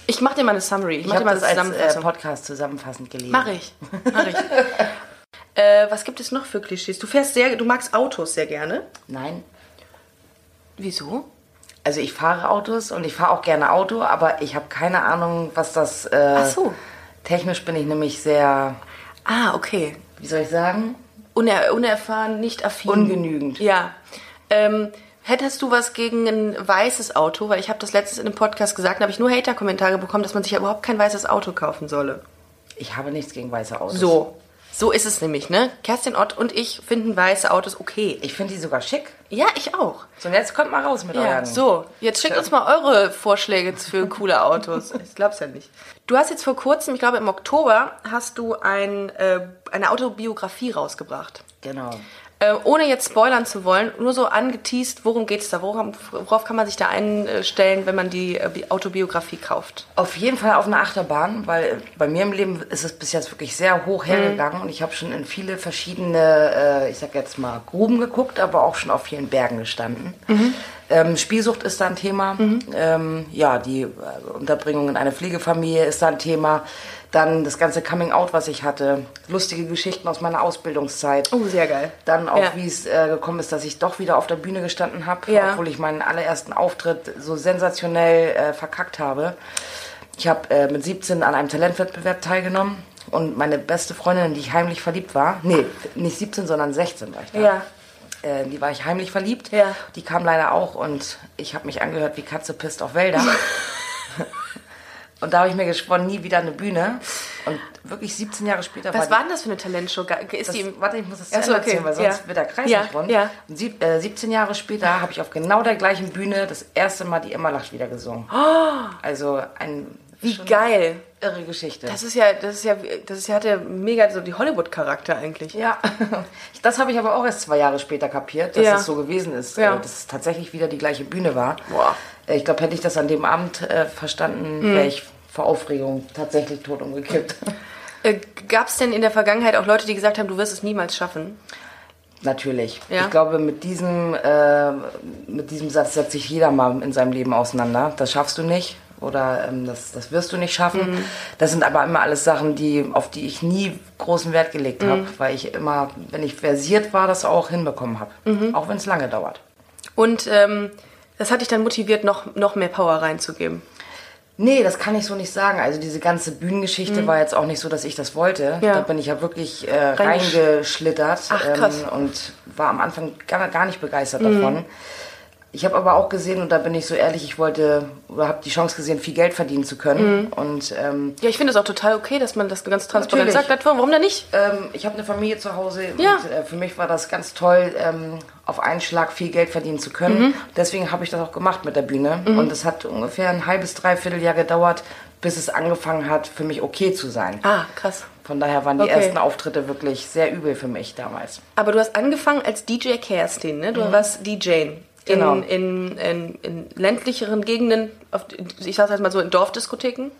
[SPEAKER 1] Ich mach dir mal eine Summary. Ich,
[SPEAKER 2] Ich
[SPEAKER 1] mach dir
[SPEAKER 2] habe
[SPEAKER 1] mal
[SPEAKER 2] das
[SPEAKER 1] eine
[SPEAKER 2] als äh,
[SPEAKER 1] Zusammenfassung.
[SPEAKER 2] Podcast zusammenfassend gelesen.
[SPEAKER 1] mach ich. Mach ich. äh, was gibt es noch für Klischees? Du fährst sehr, du magst Autos sehr gerne.
[SPEAKER 2] Nein.
[SPEAKER 1] Wieso?
[SPEAKER 2] Also ich fahre Autos und ich fahre auch gerne Auto, aber ich habe keine Ahnung, was das... Äh,
[SPEAKER 1] Ach so.
[SPEAKER 2] Technisch bin ich nämlich sehr,
[SPEAKER 1] Ah, okay.
[SPEAKER 2] wie soll ich sagen,
[SPEAKER 1] Uner unerfahren, nicht affin.
[SPEAKER 2] ungenügend.
[SPEAKER 1] Ja. Ähm, hättest du was gegen ein weißes Auto? Weil ich habe das letztens in einem Podcast gesagt, da habe ich nur Hater-Kommentare bekommen, dass man sich ja überhaupt kein weißes Auto kaufen solle.
[SPEAKER 2] Ich habe nichts gegen weiße Autos.
[SPEAKER 1] So. So ist es nämlich, ne? Kerstin Ott und ich finden weiße Autos okay.
[SPEAKER 2] Ich finde die sogar schick.
[SPEAKER 1] Ja, ich auch.
[SPEAKER 2] So, und jetzt kommt mal raus mit
[SPEAKER 1] Ja,
[SPEAKER 2] euren.
[SPEAKER 1] so, jetzt schickt uns mal eure Vorschläge für coole Autos. Ich glaub's ja nicht. Du hast jetzt vor kurzem, ich glaube im Oktober, hast du ein, äh, eine Autobiografie rausgebracht.
[SPEAKER 2] Genau.
[SPEAKER 1] Äh, ohne jetzt spoilern zu wollen, nur so angeteased, worum geht's da? Worauf, worauf kann man sich da einstellen, wenn man die äh, Bi- Autobiografie kauft?
[SPEAKER 2] Auf jeden Fall auf einer Achterbahn, weil bei mir im Leben ist es bis jetzt wirklich sehr
[SPEAKER 1] Mhm.
[SPEAKER 2] hoch hergegangen und ich habe schon in viele verschiedene, äh, ich sag jetzt mal, Gruben geguckt, aber auch schon auf vielen Bergen gestanden.
[SPEAKER 1] Mhm.
[SPEAKER 2] Ähm, Spielsucht ist da ein Thema. Ähm, ja, die äh, Unterbringung in einer Pflegefamilie ist da ein Thema. Dann das ganze Coming Out, was ich hatte. Lustige Geschichten aus meiner Ausbildungszeit.
[SPEAKER 1] Oh, sehr geil.
[SPEAKER 2] Dann auch,
[SPEAKER 1] Ja.
[SPEAKER 2] wie es äh, gekommen ist, dass ich doch wieder auf der Bühne gestanden habe,
[SPEAKER 1] Ja.
[SPEAKER 2] obwohl ich meinen allerersten Auftritt so sensationell äh, verkackt habe. Ich habe äh, mit 17 an einem Talentwettbewerb teilgenommen und meine beste Freundin, in die ich heimlich verliebt war, nee, nicht 17, sondern 16 war ich da. Äh, in die war ich heimlich verliebt.
[SPEAKER 1] Ja.
[SPEAKER 2] Die kam leider auch und ich habe mich angehört, wie Katze pisst auf Wälder. und da habe ich mir geschworen, nie wieder eine Bühne. Und wirklich 17 Jahre später
[SPEAKER 1] Was war
[SPEAKER 2] war
[SPEAKER 1] denn das für eine Talentshow? Ge- Ist
[SPEAKER 2] das,
[SPEAKER 1] die,
[SPEAKER 2] warte, ich muss das zu
[SPEAKER 1] Ach
[SPEAKER 2] Ende
[SPEAKER 1] so, okay.
[SPEAKER 2] erzählen, weil sonst
[SPEAKER 1] Ja.
[SPEAKER 2] wird der Kreis
[SPEAKER 1] Ja,
[SPEAKER 2] nicht rund.
[SPEAKER 1] ja.
[SPEAKER 2] Und sieb, äh, 17 Jahre später habe ich auf genau der gleichen Bühne das erste Mal die Emma lacht wieder gesungen.
[SPEAKER 1] Oh!
[SPEAKER 2] Also ein
[SPEAKER 1] wie geil.
[SPEAKER 2] irre Geschichte.
[SPEAKER 1] Das ist ja, das ist ja, das ist ja, hat ja mega so die Hollywood-Charakter eigentlich.
[SPEAKER 2] ja, das habe ich aber auch erst zwei Jahre später kapiert, dass
[SPEAKER 1] Ja.
[SPEAKER 2] es so gewesen ist,
[SPEAKER 1] Ja.
[SPEAKER 2] äh, dass es tatsächlich wieder die gleiche Bühne war.
[SPEAKER 1] Boah. Mhm.
[SPEAKER 2] Äh, Ich glaube, hätte ich das an dem Abend äh, verstanden, wäre ich vor Aufregung tatsächlich tot umgekippt.
[SPEAKER 1] Äh, Gab es denn in der Vergangenheit auch Leute, die gesagt haben, du wirst es niemals schaffen?
[SPEAKER 2] Natürlich.
[SPEAKER 1] Ja.
[SPEAKER 2] Ich glaube, mit diesem, äh, mit diesem Satz setzt sich jeder mal in seinem Leben auseinander. Das schaffst du nicht oder ähm, das, das wirst du nicht schaffen. Das sind aber immer alles Sachen, die, auf die ich nie großen Wert gelegt habe, weil ich immer, wenn ich versiert war, das auch hinbekommen habe. Auch wenn es lange dauert.
[SPEAKER 1] Und ähm, das hat dich dann motiviert, noch, noch mehr Power reinzugeben.
[SPEAKER 2] Nee, das kann ich so nicht sagen. Also diese ganze Bühnengeschichte war jetzt auch nicht so, dass ich das wollte.
[SPEAKER 1] Mhm. Ja.
[SPEAKER 2] Da bin ich ja wirklich äh,
[SPEAKER 1] Reingesch-
[SPEAKER 2] reingeschlittert ähm,
[SPEAKER 1] Ach, krass. Mhm.
[SPEAKER 2] und war am Anfang gar, gar nicht begeistert davon. Ich habe aber auch gesehen, und da bin ich so ehrlich, ich wollte oder habe die Chance gesehen, viel Geld verdienen zu können.
[SPEAKER 1] Mhm.
[SPEAKER 2] Und ähm,
[SPEAKER 1] Ja, ich finde es auch total okay, dass man das ganz transparent
[SPEAKER 2] Natürlich.
[SPEAKER 1] sagt. Plattform, warum denn nicht?
[SPEAKER 2] ähm, ich habe eine Familie zu Hause
[SPEAKER 1] Ja.
[SPEAKER 2] und äh, für mich war das ganz toll, ähm, auf einen Schlag viel Geld verdienen zu können.
[SPEAKER 1] Mhm.
[SPEAKER 2] Deswegen habe ich das auch gemacht mit der Bühne. Und es hat ungefähr ein halbes, dreiviertel Jahr gedauert, bis es angefangen hat, für mich okay zu sein.
[SPEAKER 1] Ah, krass.
[SPEAKER 2] Von daher waren die
[SPEAKER 1] Okay.
[SPEAKER 2] ersten Auftritte wirklich sehr übel für mich damals.
[SPEAKER 1] Aber du hast angefangen als DJ Kerstin, ne? Du warst DJ. In,
[SPEAKER 2] Mhm. Genau.
[SPEAKER 1] in, in, in ländlicheren Gegenden, auf, ich sag's jetzt mal so, in Dorfdiskotheken.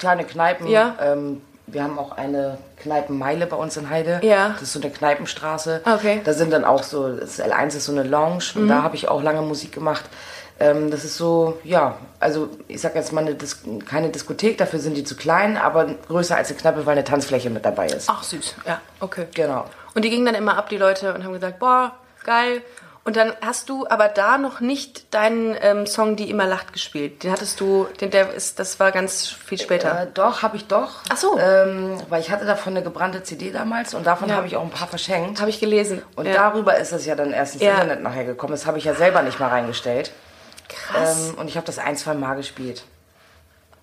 [SPEAKER 2] kleine Kneipen.
[SPEAKER 1] Ja.
[SPEAKER 2] Ähm, wir haben auch eine Kneipenmeile bei uns in Heide.
[SPEAKER 1] Ja.
[SPEAKER 2] Das ist so eine Kneipenstraße.
[SPEAKER 1] Okay. Mhm.
[SPEAKER 2] Da sind dann auch so, das L1 ist so eine Lounge und da habe ich auch lange Musik gemacht. Ähm, das ist so, ja, also ich sag jetzt mal eine Dis keine Diskothek, dafür sind die zu klein, aber größer als eine Kneipe, weil eine Tanzfläche mit dabei ist.
[SPEAKER 1] Ach, süß. Ja, okay.
[SPEAKER 2] Genau.
[SPEAKER 1] Und die gingen dann immer ab, die Leute, und haben gesagt, boah, geil. Und dann hast du aber da noch nicht deinen ähm, Song Die immer lacht gespielt. Den hattest du, den, der ist, das war ganz viel später.
[SPEAKER 2] Äh, doch, habe ich doch.
[SPEAKER 1] Ach so.
[SPEAKER 2] Ähm, weil ich hatte davon eine gebrannte CD damals und davon
[SPEAKER 1] Ja.
[SPEAKER 2] habe ich auch ein paar verschenkt.
[SPEAKER 1] Habe ich gelesen.
[SPEAKER 2] Und
[SPEAKER 1] ja.
[SPEAKER 2] darüber ist das ja dann erst ins
[SPEAKER 1] Ja.
[SPEAKER 2] Internet nachher gekommen. Das habe ich ja selber nicht mal reingestellt.
[SPEAKER 1] krass.
[SPEAKER 2] Ähm, und ich habe das ein, zwei Mal gespielt.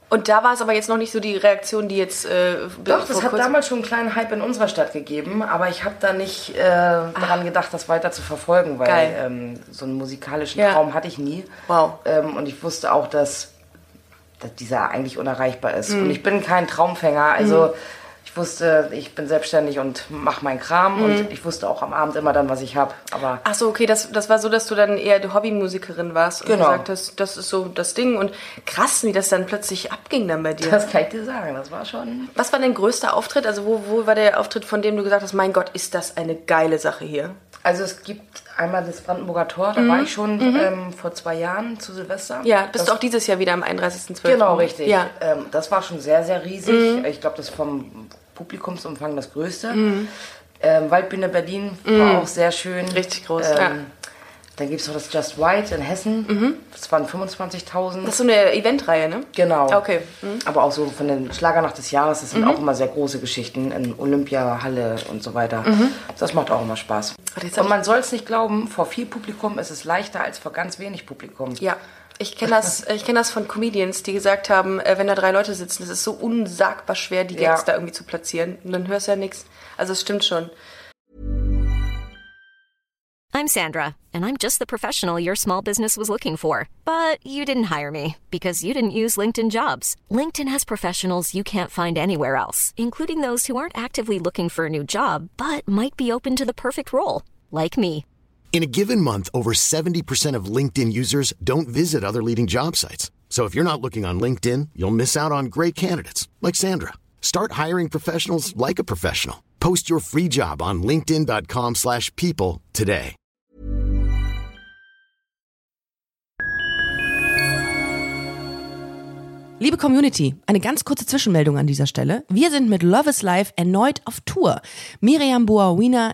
[SPEAKER 1] und da war es aber jetzt noch nicht so die Reaktion, die jetzt äh,
[SPEAKER 2] Doch, das hat damals schon einen kleinen Hype in unserer Stadt gegeben, aber ich habe da nicht äh, daran gedacht, das weiter zu verfolgen, weil
[SPEAKER 1] Geil.
[SPEAKER 2] ähm, so einen musikalischen
[SPEAKER 1] Ja.
[SPEAKER 2] Traum hatte ich nie.
[SPEAKER 1] Wow.
[SPEAKER 2] Ähm, und ich wusste auch, dass, dass dieser eigentlich unerreichbar ist. Und ich bin kein Traumfänger, also ich wusste, ich bin selbstständig und mache meinen Kram und ich wusste auch am Abend immer dann, was ich habe. Aber
[SPEAKER 1] Ach so, okay, das, das war so, dass du dann eher die Hobbymusikerin warst und
[SPEAKER 2] Genau.
[SPEAKER 1] gesagt hast, das ist so das Ding. Und krass, wie das dann plötzlich abging dann bei dir.
[SPEAKER 2] das kann ich dir sagen, das war schon...
[SPEAKER 1] Was war dein größter Auftritt? Also wo, wo war der Auftritt, von dem du gesagt hast, mein Gott, ist das eine geile Sache hier?
[SPEAKER 2] Also es gibt einmal das Brandenburger Tor, da war ich schon ähm, vor zwei Jahren zu Silvester.
[SPEAKER 1] Mhm. Ja, bist
[SPEAKER 2] das
[SPEAKER 1] du auch dieses Jahr wieder am 31.12.
[SPEAKER 2] Genau, richtig.
[SPEAKER 1] Ja. Mhm.
[SPEAKER 2] Ähm, das war schon sehr, sehr riesig. Ich glaube, das ist vom Publikumsumfang das Größte.
[SPEAKER 1] Mhm.
[SPEAKER 2] Ähm, Waldbühne Berlin war auch sehr schön.
[SPEAKER 1] Richtig groß,
[SPEAKER 2] Ähm,
[SPEAKER 1] ja. Mhm.
[SPEAKER 2] Dann gibt es noch das Just White in Hessen. Das waren 25.000.
[SPEAKER 1] Das ist so eine Eventreihe, ne?
[SPEAKER 2] Genau.
[SPEAKER 1] Okay. Mhm.
[SPEAKER 2] Aber auch so von den Schlagernacht des Jahres, das sind auch immer sehr große Geschichten in Olympia, Halle und so weiter. Das macht auch immer Spaß.
[SPEAKER 1] Warte, jetzt Mhm. Oh, hab
[SPEAKER 2] Und man soll es nicht glauben, vor viel Publikum ist es leichter als vor ganz wenig Publikum.
[SPEAKER 1] Ja. Ich kenne das, ich kenn das von Comedians, die gesagt haben, äh, wenn da drei Leute sitzen, es ist so unsagbar schwer, die
[SPEAKER 2] Ja.
[SPEAKER 1] Gags da irgendwie zu platzieren. Und dann hörst du ja nichts. Also es stimmt schon.
[SPEAKER 3] I'm Sandra, and I'm just the professional your small business was looking for. But you didn't hire me because you didn't use LinkedIn jobs. LinkedIn has professionals you can't find anywhere else, including those who aren't actively looking for a new job but might be open to the perfect role, like me.
[SPEAKER 4] In a given month, over 70% of LinkedIn users don't visit other leading job sites. So if you're not looking on LinkedIn, you'll miss out on great candidates like Sandra. Start hiring professionals like a professional. Post your free job on linkedin.com/people slash people today.
[SPEAKER 5] Liebe Community, eine ganz kurze Zwischenmeldung an dieser Stelle. Wir sind mit Love is Life erneut auf Tour. Miriam Boawina,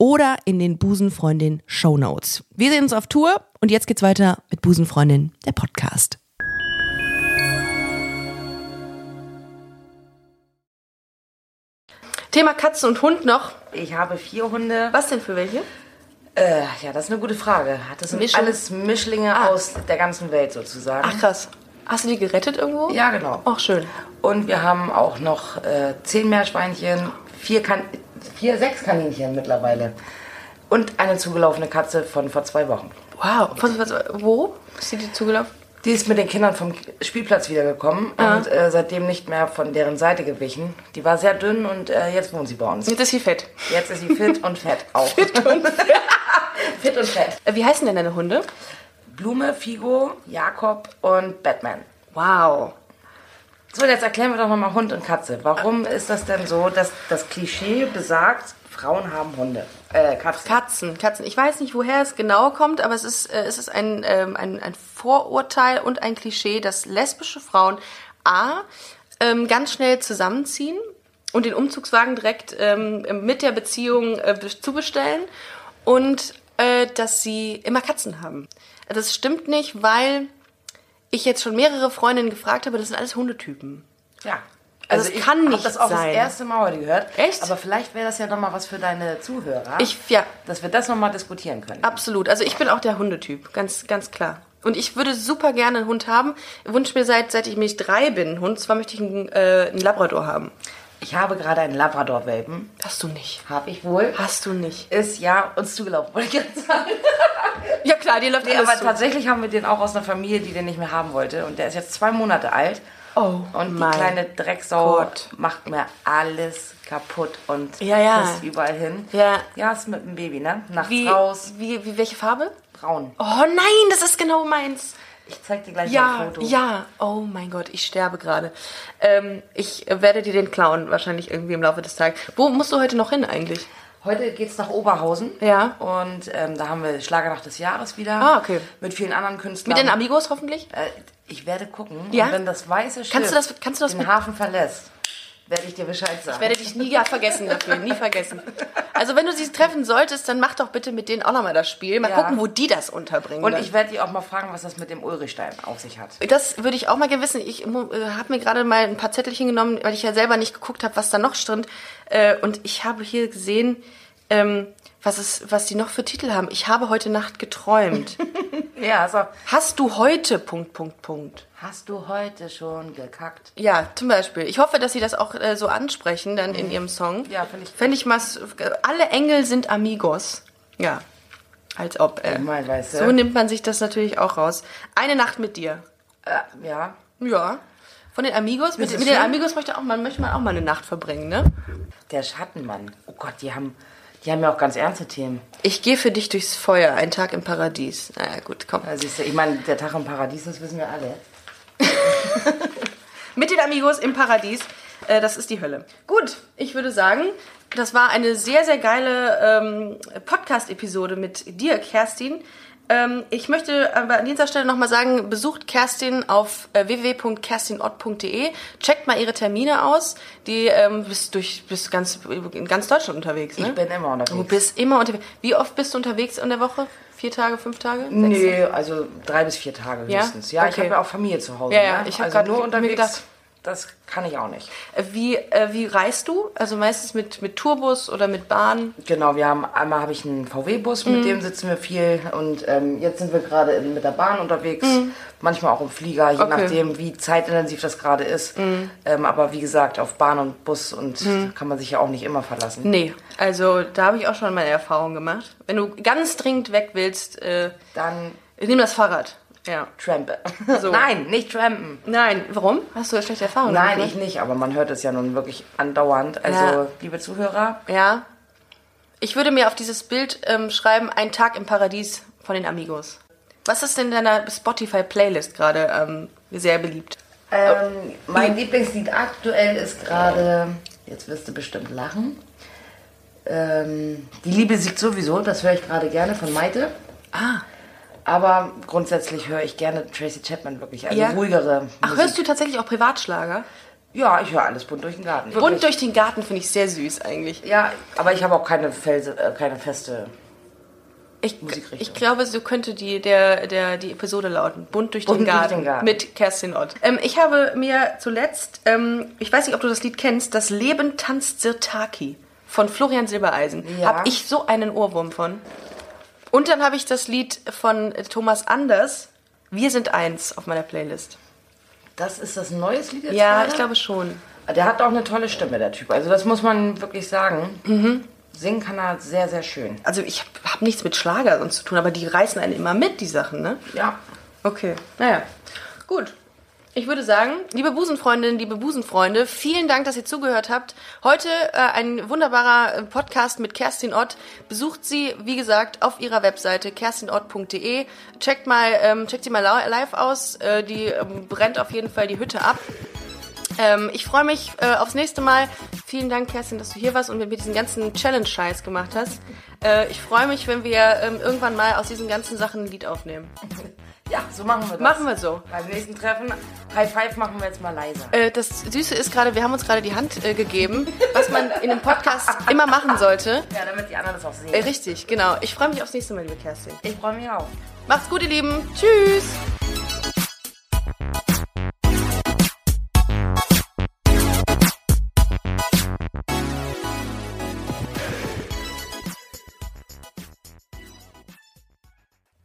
[SPEAKER 5] oder in den Busenfreundin Shownotes. Wir sehen uns auf Tour und jetzt geht's weiter mit Busenfreundin, der Podcast.
[SPEAKER 1] Thema Katzen und Hund noch.
[SPEAKER 2] Ich habe vier Hunde.
[SPEAKER 1] Was denn für welche?
[SPEAKER 2] Äh, ja, das ist eine gute Frage. Das sind
[SPEAKER 1] Mischung?
[SPEAKER 2] alles Mischlinge aus der ganzen Welt sozusagen.
[SPEAKER 1] Ah. Ach krass. Hast du die gerettet irgendwo?
[SPEAKER 2] Ja, genau.
[SPEAKER 1] Auch schön.
[SPEAKER 2] Und wir haben auch noch äh, zehn Meerschweinchen, vier, kan vier, sechs Kaninchen mittlerweile. Und eine zugelaufene Katze von vor zwei Wochen.
[SPEAKER 1] Wow. Was, was, wo ist die dir zugelaufen?
[SPEAKER 2] Die ist mit den Kindern vom Spielplatz wiedergekommen
[SPEAKER 1] Ah.
[SPEAKER 2] und äh, seitdem nicht mehr von deren Seite gewichen. Die war sehr dünn und äh, jetzt wohnt sie bei uns.
[SPEAKER 1] Jetzt ist sie fett.
[SPEAKER 2] Jetzt ist sie fit und fett auch. Fit und fett. fit und fett.
[SPEAKER 1] Äh, Wie heißen denn deine Hunde?
[SPEAKER 2] Blume, Figo, Jakob und Batman.
[SPEAKER 1] Wow.
[SPEAKER 2] So, jetzt erklären wir doch nochmal Hund und Katze. Warum ist das denn so, dass das Klischee besagt, Frauen haben Hunde? Äh, Katzen.
[SPEAKER 1] Katzen, Katzen. Ich weiß nicht, woher es genau kommt, aber es ist, äh, es ist ein, ähm, ein, ein Vorurteil und ein Klischee, dass lesbische Frauen A ähm, ganz schnell zusammenziehen und den Umzugswagen direkt ähm, mit der Beziehung äh, be- zu bestellen und äh, dass sie immer Katzen haben. Das stimmt nicht, weil ich jetzt schon mehrere Freundinnen gefragt habe, das sind alles Hundetypen.
[SPEAKER 2] Ja.
[SPEAKER 1] Also es kann
[SPEAKER 2] hab
[SPEAKER 1] nicht
[SPEAKER 2] das auch
[SPEAKER 1] sein.
[SPEAKER 2] das erste Mal heute gehört.
[SPEAKER 1] Echt?
[SPEAKER 2] Aber vielleicht wäre das ja nochmal was für deine Zuhörer.
[SPEAKER 1] Ich, ja,
[SPEAKER 2] dass wir das nochmal diskutieren können.
[SPEAKER 1] Absolut. Also ich bin auch der Hundetyp, ganz, ganz klar. Und ich würde super gerne einen Hund haben. Wunsch mir seit, seit ich mich drei bin, einen Hund. Zwar möchte ich einen, äh, einen Labrador haben.
[SPEAKER 2] Ich habe gerade einen Labrador-Welpen.
[SPEAKER 1] Hast du nicht.
[SPEAKER 2] Habe ich wohl.
[SPEAKER 1] Hast du nicht.
[SPEAKER 2] Ist ja uns zugelaufen, wollte ich gerade sagen.
[SPEAKER 1] Ja klar, dir läuft
[SPEAKER 2] Nee,
[SPEAKER 1] alles
[SPEAKER 2] aber
[SPEAKER 1] zu.
[SPEAKER 2] tatsächlich haben wir den auch aus einer Familie, die den nicht mehr haben wollte. Und der ist jetzt zwei Monate alt.
[SPEAKER 1] Oh
[SPEAKER 2] Und
[SPEAKER 1] mein
[SPEAKER 2] die kleine Drecksau
[SPEAKER 1] Gott.
[SPEAKER 2] macht mir alles kaputt und
[SPEAKER 1] Ja, ja.
[SPEAKER 2] pisst überall hin.
[SPEAKER 1] Ja.
[SPEAKER 2] Ja, ist mit dem Baby, ne? Nachts
[SPEAKER 1] Wie,
[SPEAKER 2] raus,
[SPEAKER 1] wie, wie, welche Farbe?
[SPEAKER 2] braun.
[SPEAKER 1] Oh nein, das ist genau meins.
[SPEAKER 2] Ich zeig dir gleich mal ein
[SPEAKER 1] Ja,
[SPEAKER 2] Foto.
[SPEAKER 1] ja. Oh mein Gott, ich sterbe gerade. Ähm, ich werde dir den klauen, wahrscheinlich irgendwie im Laufe des Tages. Wo musst du heute noch hin eigentlich?
[SPEAKER 2] Heute geht's nach Oberhausen.
[SPEAKER 1] Ja.
[SPEAKER 2] Und ähm, da haben wir Schlagernacht des Jahres wieder.
[SPEAKER 1] Ah, okay.
[SPEAKER 2] Mit vielen anderen Künstlern.
[SPEAKER 1] Mit den Amigos hoffentlich?
[SPEAKER 2] Äh, ich werde gucken.
[SPEAKER 1] Ja?
[SPEAKER 2] Und wenn das weiße Schiff
[SPEAKER 1] Kannst du das- kannst du das
[SPEAKER 2] den
[SPEAKER 1] mit-
[SPEAKER 2] Hafen verlässt, werde ich dir Bescheid sagen.
[SPEAKER 1] Ich werde dich nie gar vergessen dafür, nie vergessen. Also wenn du sie treffen solltest, dann mach doch bitte mit denen auch nochmal das Spiel. Mal
[SPEAKER 2] Ja.
[SPEAKER 1] gucken, wo die das unterbringen.
[SPEAKER 2] und
[SPEAKER 1] dann.
[SPEAKER 2] ich werde dich auch mal fragen, was das mit dem Ulrichstein auf sich hat.
[SPEAKER 1] das würde ich auch mal gewissen. Ich äh, habe mir gerade mal ein paar Zettelchen genommen, weil ich ja selber nicht geguckt habe, was da noch stand. Äh, und ich habe hier gesehen, ähm, was, es, was die noch für Titel haben. Ich habe heute Nacht geträumt.
[SPEAKER 2] Ja, also
[SPEAKER 1] Hast du heute Punkt, Punkt, Punkt.
[SPEAKER 2] hast du heute schon gekackt?
[SPEAKER 1] Ja, zum Beispiel. Ich hoffe, dass sie das auch äh, so ansprechen dann in ihrem Song.
[SPEAKER 2] Mhm. Ja, finde ich-
[SPEAKER 1] Fände ich mal, s- alle Engel sind Amigos. Ja, als ob. Äh,
[SPEAKER 2] Ich mein, weißt du.
[SPEAKER 1] so nimmt man sich das natürlich auch raus. Eine Nacht mit dir.
[SPEAKER 2] Äh, ja.
[SPEAKER 1] Ja. Von den Amigos. Mit,
[SPEAKER 2] ist
[SPEAKER 1] mit den
[SPEAKER 2] schön.
[SPEAKER 1] Amigos möchte, auch, man, möchte man auch mal eine Nacht verbringen, ne?
[SPEAKER 2] Der Schattenmann. Oh Gott, die haben, die haben ja auch ganz ernste Themen.
[SPEAKER 1] Ich gehe für dich durchs Feuer, ein Tag im Paradies. Na ja, gut, komm.
[SPEAKER 2] Also siehst du, ich meine, der Tag im Paradies, das wissen wir alle.
[SPEAKER 1] Mit den Amigos im Paradies. Äh, das ist die Hölle. Gut, ich würde sagen, das war eine sehr, sehr geile ähm, Podcast-Episode mit dir, Kerstin. Ähm, ich möchte aber an dieser Stelle nochmal sagen, besucht Kerstin auf äh, www.kerstinott.de, checkt mal ihre Termine aus. Die ähm, bist durch bist ganz in ganz Deutschland unterwegs, ne?
[SPEAKER 2] Ich bin immer unterwegs.
[SPEAKER 1] Du bist immer unterwegs. Wie oft bist du unterwegs in der Woche? Vier Tage, fünf Tage? Sechs?
[SPEAKER 2] Nee, also drei bis vier Tage
[SPEAKER 1] Ja?
[SPEAKER 2] höchstens. Ja, ich
[SPEAKER 1] Okay.
[SPEAKER 2] habe ja auch Familie zu Hause.
[SPEAKER 1] Ja, ja,
[SPEAKER 2] ne?
[SPEAKER 1] ich hab
[SPEAKER 2] also
[SPEAKER 1] grad
[SPEAKER 2] nur
[SPEAKER 1] mir
[SPEAKER 2] unterwegs.
[SPEAKER 1] gedacht-
[SPEAKER 2] das kann ich auch nicht.
[SPEAKER 1] Äh, Wie, äh, wie reist du? Also meistens mit, mit Tourbus oder mit Bahn?
[SPEAKER 2] Genau, wir haben einmal habe ich einen VW-Bus,
[SPEAKER 1] Mhm.
[SPEAKER 2] mit dem sitzen wir viel und ähm, jetzt sind wir gerade in- mit der Bahn unterwegs,
[SPEAKER 1] Mhm.
[SPEAKER 2] manchmal auch im Flieger, je nachdem, wie zeitintensiv das gerade ist.
[SPEAKER 1] Mhm.
[SPEAKER 2] Ähm, aber wie gesagt, auf Bahn und Bus und kann man sich ja auch nicht immer verlassen.
[SPEAKER 1] Nee, also da habe ich auch schon meine Erfahrung gemacht. Wenn du ganz dringend weg willst, äh,
[SPEAKER 2] Dann
[SPEAKER 1] nimm das Fahrrad. Ja.
[SPEAKER 2] trampe.
[SPEAKER 1] So.
[SPEAKER 2] Nein, nicht trampen.
[SPEAKER 1] Nein, warum? Hast du schlechte Erfahrungen
[SPEAKER 2] Nein,
[SPEAKER 1] gemacht?
[SPEAKER 2] ich nicht, aber man hört es ja nun wirklich andauernd. Also,
[SPEAKER 1] ne? Ja.
[SPEAKER 2] liebe Zuhörer,
[SPEAKER 1] Ja. Ich würde mir auf dieses Bild ähm, schreiben, ein Tag im Paradies von den Amigos. Was ist denn in deiner Spotify-Playlist gerade ähm, sehr beliebt?
[SPEAKER 2] Ähm, mein Lieblingslied aktuell ist gerade, jetzt wirst du bestimmt lachen. Ähm, die Liebe siegt sowieso, das höre ich gerade gerne von Maite.
[SPEAKER 1] Ah.
[SPEAKER 2] Aber grundsätzlich höre ich gerne Tracy Chapman wirklich, also
[SPEAKER 1] Ja?
[SPEAKER 2] ruhigere
[SPEAKER 1] Ach,
[SPEAKER 2] Musik.
[SPEAKER 1] hörst du tatsächlich auch Privatschlager?
[SPEAKER 2] Ja, ich höre alles bunt durch den Garten.
[SPEAKER 1] Bunt durch den Garten finde ich sehr süß eigentlich.
[SPEAKER 2] Ja, aber ich habe auch keine, Felse, äh, keine feste.
[SPEAKER 1] Ich,
[SPEAKER 2] Musikrichtung.
[SPEAKER 1] ich glaube, so könnte die, der, der, die Episode lauten. Bunt durch,
[SPEAKER 2] Bunt
[SPEAKER 1] den,
[SPEAKER 2] durch
[SPEAKER 1] Garten
[SPEAKER 2] den Garten.
[SPEAKER 1] mit Kerstin Ott. Ähm, ich habe mir zuletzt, ähm, ich weiß nicht, ob du das Lied kennst, Das Leben tanzt Sirtaki von Florian Silbereisen.
[SPEAKER 2] Ja.
[SPEAKER 1] Hab ich so einen Ohrwurm von. Und dann habe ich das Lied von äh, Thomas Anders, Wir sind eins, auf meiner Playlist.
[SPEAKER 2] Das ist das neues Lied jetzt
[SPEAKER 1] Ja,
[SPEAKER 2] gerade?
[SPEAKER 1] ich glaube schon.
[SPEAKER 2] Ah, Der hat auch eine tolle Stimme, der Typ. Also, das muss man wirklich sagen. Singen kann er sehr, sehr schön.
[SPEAKER 1] Also ich habe hab nichts mit Schlager sonst zu tun, aber die reißen einen immer mit, die Sachen, ne?
[SPEAKER 2] Ja.
[SPEAKER 1] Okay, naja, gut. Ich würde sagen, liebe Busenfreundinnen, liebe Busenfreunde, vielen Dank, dass ihr zugehört habt. Heute äh, ein wunderbarer äh, Podcast mit Kerstin Ott. Besucht sie, wie gesagt, auf ihrer Webseite kerstinott.de. Checkt mal, ähm, checkt sie mal lau- live aus. Äh, die ähm, brennt auf jeden Fall die Hütte ab. Ähm, ich freue mich äh, aufs nächste Mal. Vielen Dank, Kerstin, dass du hier warst und mit mir diesen ganzen Challenge-Scheiß gemacht hast. Äh, ich freue mich, wenn wir ähm, irgendwann mal aus diesen ganzen Sachen ein Lied aufnehmen.
[SPEAKER 2] Ja, so machen wir das.
[SPEAKER 1] Machen wir so.
[SPEAKER 2] Beim nächsten Treffen, High Five machen wir jetzt mal leiser.
[SPEAKER 1] Äh, das Süße ist gerade, wir haben uns gerade die Hand äh, gegeben, was man in einem Podcast immer machen sollte.
[SPEAKER 2] Ja, damit die anderen das auch sehen.
[SPEAKER 1] Äh, richtig, genau. Ich freue mich aufs nächste Mal, liebe Kerstin.
[SPEAKER 2] Ich freue mich auch.
[SPEAKER 1] Macht's gut, ihr Lieben. Tschüss.